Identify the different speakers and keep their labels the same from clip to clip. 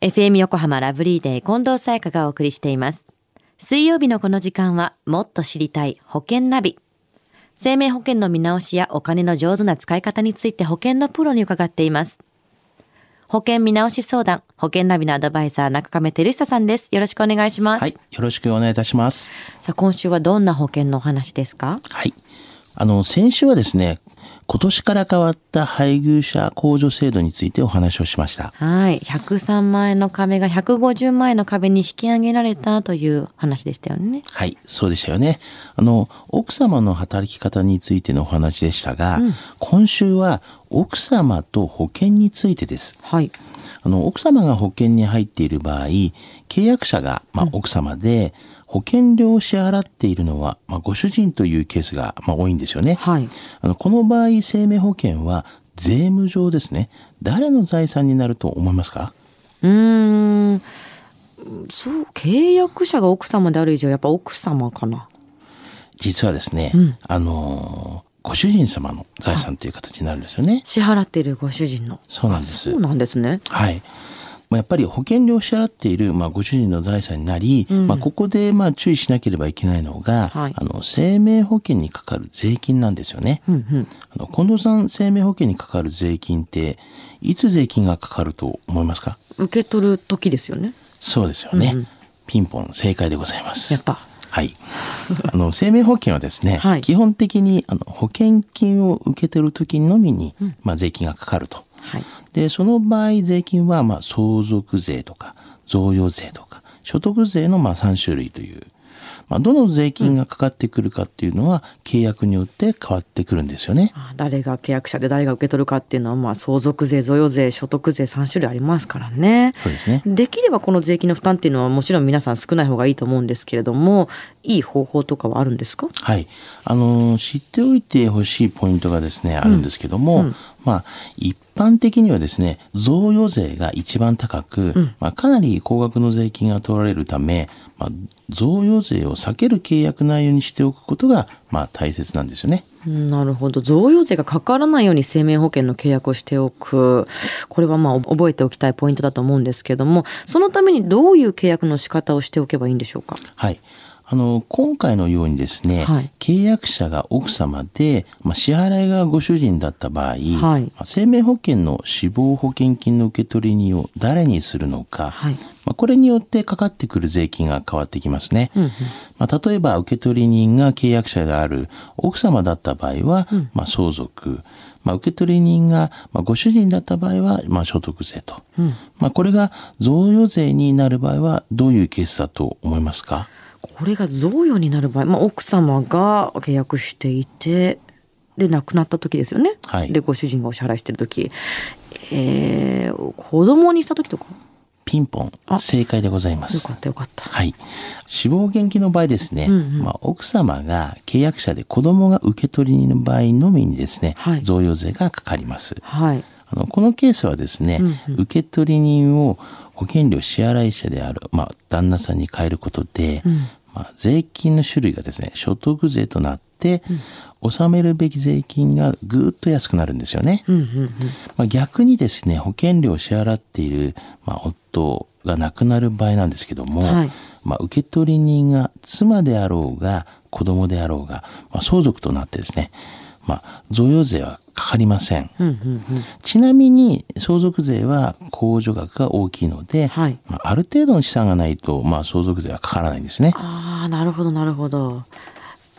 Speaker 1: FM 横浜ラブリーデー近藤沙耶香がお送りしています。水曜日のこの時間はもっと知りたい保険ナビ。生命保険の見直しやお金の上手な使い方について保険のプロに伺っています。保険見直し相談、保険ナビのアドバイザー中亀照久さんです。よろしくお願いします。
Speaker 2: はい。よろしくお願いいたします。
Speaker 1: さあ、今週はどんな保険のお話ですか
Speaker 2: はい。あの、先週はですね、今年から変わった配偶者控除制度についてお話をしました。
Speaker 1: はい。103万円の壁が150万円の壁に引き上げられたという話でしたよね。
Speaker 2: はい、そうでしたよね。あの、奥様の働き方についてのお話でしたが、今週は奥様と保険についてです。
Speaker 1: はい。
Speaker 2: あの、奥様が保険に入っている場合、契約者が、まあ、奥様で、保険料を支払っているのは、まあ、ご主人というケースが、まあ、多いんですよね。
Speaker 1: はい。
Speaker 2: あの、この場合、生命保険は、税務上ですね、誰の財産になると思いますか
Speaker 1: うーん。そう、契約者が奥様である以上、やっぱ奥様かな。
Speaker 2: 実はですね、あのー、ご主人様の財産という形になるんですよね。
Speaker 1: 支払っているご主人の。
Speaker 2: そうなんです
Speaker 1: そう。なんですね。
Speaker 2: はい。まあやっぱり保険料を支払っている、まあ、ご主人の財産になり、まあ、ここでまあ注意しなければいけないのが、
Speaker 1: はい
Speaker 2: あの生命保険にかかる税金なんですよね。
Speaker 1: うんうん。
Speaker 2: あの近藤さん生命保険にかかる税金っていつ税金がかかると思いますか
Speaker 1: 受け取る時ですよね。
Speaker 2: そうですよね。ピンポン正解でございます。
Speaker 1: やった。
Speaker 2: はい。 あの、生命保険はですね、
Speaker 1: はい
Speaker 2: 基本的にあの保険金を受け取るときのみに、まあ、税金がかかると。
Speaker 1: はい。
Speaker 2: で、その場合、税金は、まあ、相続税とか、贈与税とか、所得税の、まあ、3種類という。まあ、どの税金がかかってくるかっていうのは、契約によって変わってくるんですよね。
Speaker 1: あ誰が契約者で誰が受け取るかっていうのは、まあ、相続税、贈与税、所得税3種類ありますからね。
Speaker 2: そうですね。
Speaker 1: できればこの税金の負担っていうのはもちろん皆さん少ない方がいいと思うんですけれどもいい方法とかはあるんですか
Speaker 2: はい。あのー、知っておいてほしいポイントがですね、あるんですけども、まあ、一般的にはですね、贈与税が一番高く、まあ、かなり高額の税金が取られるため、まあ、贈与税を避ける契約内容にしておくことが、まあ、大切なんですよね。
Speaker 1: うんなるほど贈与税がかからないように生命保険の契約をしておくこれはまあ覚えておきたいポイントだと思うんですけれどもそのためにどういう契約の仕方をしておけばいいんでしょうか
Speaker 2: はい。あの、今回のようにですね、
Speaker 1: はい
Speaker 2: 契約者が奥様で、まあ、支払いがご主人だった場合、
Speaker 1: い
Speaker 2: まあ生命保険の死亡保険金の受取人を誰にするのか、
Speaker 1: はい
Speaker 2: まあ、これによってかかってくる税金が変わってきますね。まあ、例えば、受取人が契約者である奥様だった場合は、まあ、相続。まあ、受取人が、まあ、ご主人だった場合は、まあ、所得税と。まあ、これが贈与税になる場合は、どういうケースだと思いますか
Speaker 1: これが贈与になる場合、まあ、奥様が契約していてで亡くなった時ですよね、
Speaker 2: はい
Speaker 1: でご主人がお支払いしてる時、えー、子供にした時とか
Speaker 2: ピンポン
Speaker 1: あ。
Speaker 2: 正解でございま
Speaker 1: よ
Speaker 2: す
Speaker 1: か。ったよかった
Speaker 2: はい。死亡現金の場合ですね、まあ、奥様が契約者で子供が受取人の場合のみにですね、
Speaker 1: はい
Speaker 2: 贈与税がかかります。
Speaker 1: はい
Speaker 2: あのこのケースはですね、受取人を保険料支払い者である、まあ、旦那さんに変えることで、まあ、税金の種類がですね所得税となって、納めるべき税金がぐーっと安くなるんですよね。まあ、逆にですね保険料を支払っている、まあ、夫が亡くなる場合なんですけども、
Speaker 1: はい
Speaker 2: まあ、受取人が妻であろうが子供であろうが、まあ、相続となってですね、まあ、贈与税はかかりません。ちなみに相続税は控除額が大きいので、
Speaker 1: はい
Speaker 2: まあ、ある程度の資産がないと、まあ、相続税はかからないんですね。
Speaker 1: ああなるほどなるほど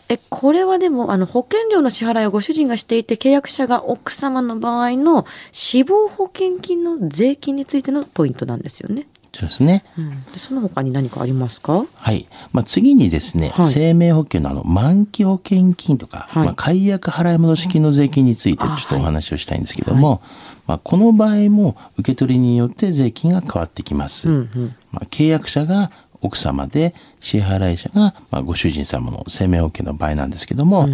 Speaker 1: えこれはでもあの保険料の支払いをご主人がしていて契約者が奥様の場合の死亡保険金の税金についてのポイントなんですよね、
Speaker 2: そうですね。
Speaker 1: うん、でその他に何かありますか
Speaker 2: はい。まあ、次にですね、
Speaker 1: はい
Speaker 2: 生命保険のあの満期保険金とか、
Speaker 1: はい
Speaker 2: まあ、解約払い戻し金の税金についてちょ
Speaker 1: あ
Speaker 2: っと
Speaker 1: は
Speaker 2: お
Speaker 1: い
Speaker 2: 話をしたいんですけども、まあ、この場合も受取人によって税金が変わってきます。まあ、契約者が奥様で支払い者が、まあ、ご主人様の生命保険の場合なんですけども、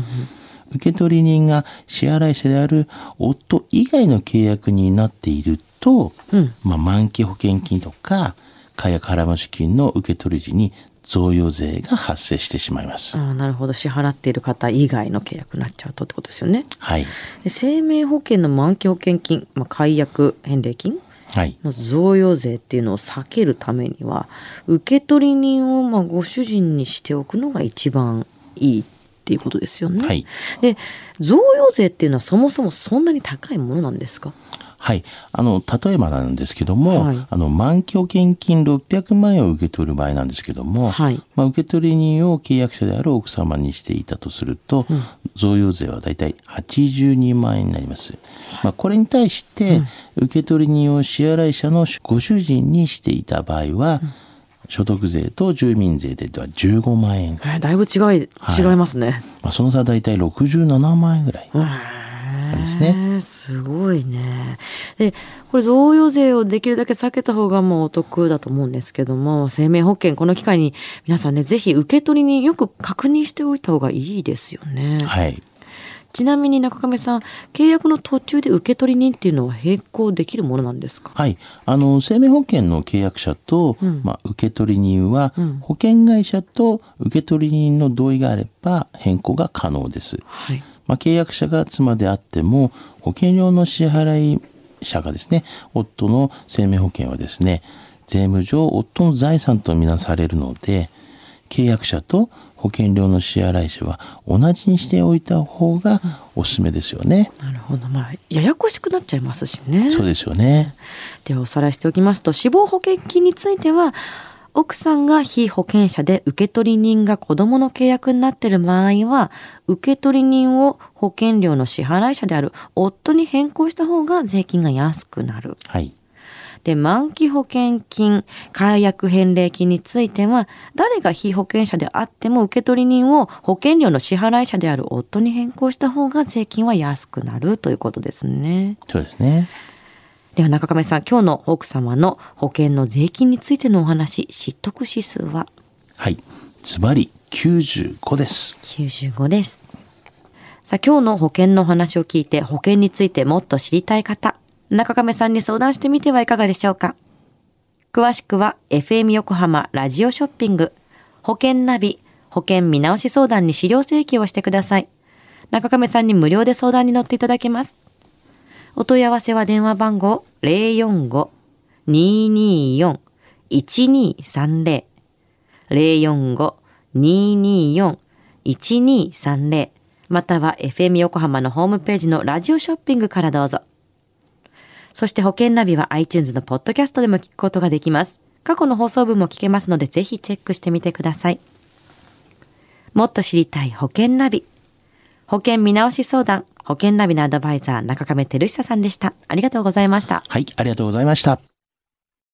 Speaker 2: 受取人が支払い者である夫以外の契約になっていると、まあ、満期保険金とか解約払増金の受取時に贈与税が発生してしまいます。
Speaker 1: ああなるほど支払っている方以外の契約になっちゃうとってことですよね
Speaker 2: はい。
Speaker 1: で生命保険の満期保険金、まあ、解約返礼金
Speaker 2: はい
Speaker 1: の贈与税っていうのを避けるためには受取人をまあご主人にしておくのが一番いいっていうことですよね。
Speaker 2: はい
Speaker 1: で贈与税っていうのはそもそもそんなに高いものなんですか
Speaker 2: はい。あの、例えばなんですけども、
Speaker 1: はい
Speaker 2: あの、満期保険金600万円を受け取る場合なんですけども、
Speaker 1: はい
Speaker 2: まあ、受取人を契約者である奥様にしていたとすると、贈与税はだいたい82万円になります。まあ、これに対して、受取人を支払い者のご主人にしていた場合は、所得税と住民税では15万円。
Speaker 1: えーだいぶ違い、
Speaker 2: は
Speaker 1: 違
Speaker 2: い
Speaker 1: いますね。
Speaker 2: まあ、その差はだいたい67万円ぐらい。ですね
Speaker 1: へーすごいね。で、これ贈与税をできるだけ避けた方がもうお得だと思うんですけども、生命保険この機会に皆さんね、ぜひ受け取りによく確認しておいた方がいいですよね。
Speaker 2: はい。
Speaker 1: ちなみに中亀さん、契約の途中で受け取り人っていうのは並行できるものなんですか。
Speaker 2: はい、あの生命保険の契約者と、まあ、受取人は、保険会社と受取人の同意があれば変更が可能です、
Speaker 1: はい。
Speaker 2: まあ、契約者が妻であっても保険料の支払い者がですね夫の生命保険はですね税務上夫の財産とみなされるので契約者と保険料の支払い者は同じにしておいた方がおすすめですよね。
Speaker 1: なるほど、まあ、ややこしくなっちゃいますしね。
Speaker 2: そうですよね。
Speaker 1: ではおさらいしておきますと死亡保険金については奥さんが被保険者で受取人が子供の契約になっている場合は受取人を保険料の支払い者である夫に変更した方が税金が安くなる。
Speaker 2: はい。
Speaker 1: で満期保険金解約返礼金については誰が被保険者であっても受取人を保険料の支払い者である夫に変更した方が税金は安くなるということですね。
Speaker 2: そうですね。
Speaker 1: では中亀さん今日の奥様の保険の税金についてのお話知得指数は
Speaker 2: はい。ズバリ95です。
Speaker 1: 95ですさあ今日の保険のお話を聞いて保険についてもっと知りたい方中亀さんに相談してみてはいかがでしょうか詳しくは FM 横浜ラジオショッピング保険ナビ保険見直し相談に資料請求をしてください中亀さんに無料で相談に乗っていただけますお問い合わせは電話番号045-224-1230 045-224-1230または FM 横浜のホームページのラジオショッピングからどうぞ。そして保険ナビは iTunes のポッドキャストでも聞くことができます。過去の放送分も聞けますのでぜひチェックしてみてください。もっと知りたい保険ナビ。保険見直し相談、保険ナビのアドバイザー中亀照久さんでした。ありがとうございました。
Speaker 2: はい、ありがとうございました。